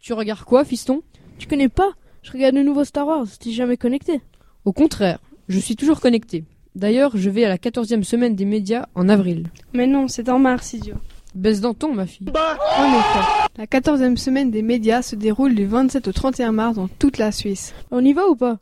Tu regardes quoi, fiston Tu connais pas Je regarde le nouveau Star Wars, t'es jamais connecté. Au contraire, je suis toujours connecté. D'ailleurs, je vais à la 14e semaine des médias en avril. Mais non, c'est en mars, idiot. Baisse dans ton, ma fille. En effet, la 14e semaine des médias se déroule du 27 au 31 mars dans toute la Suisse. On y va ou pas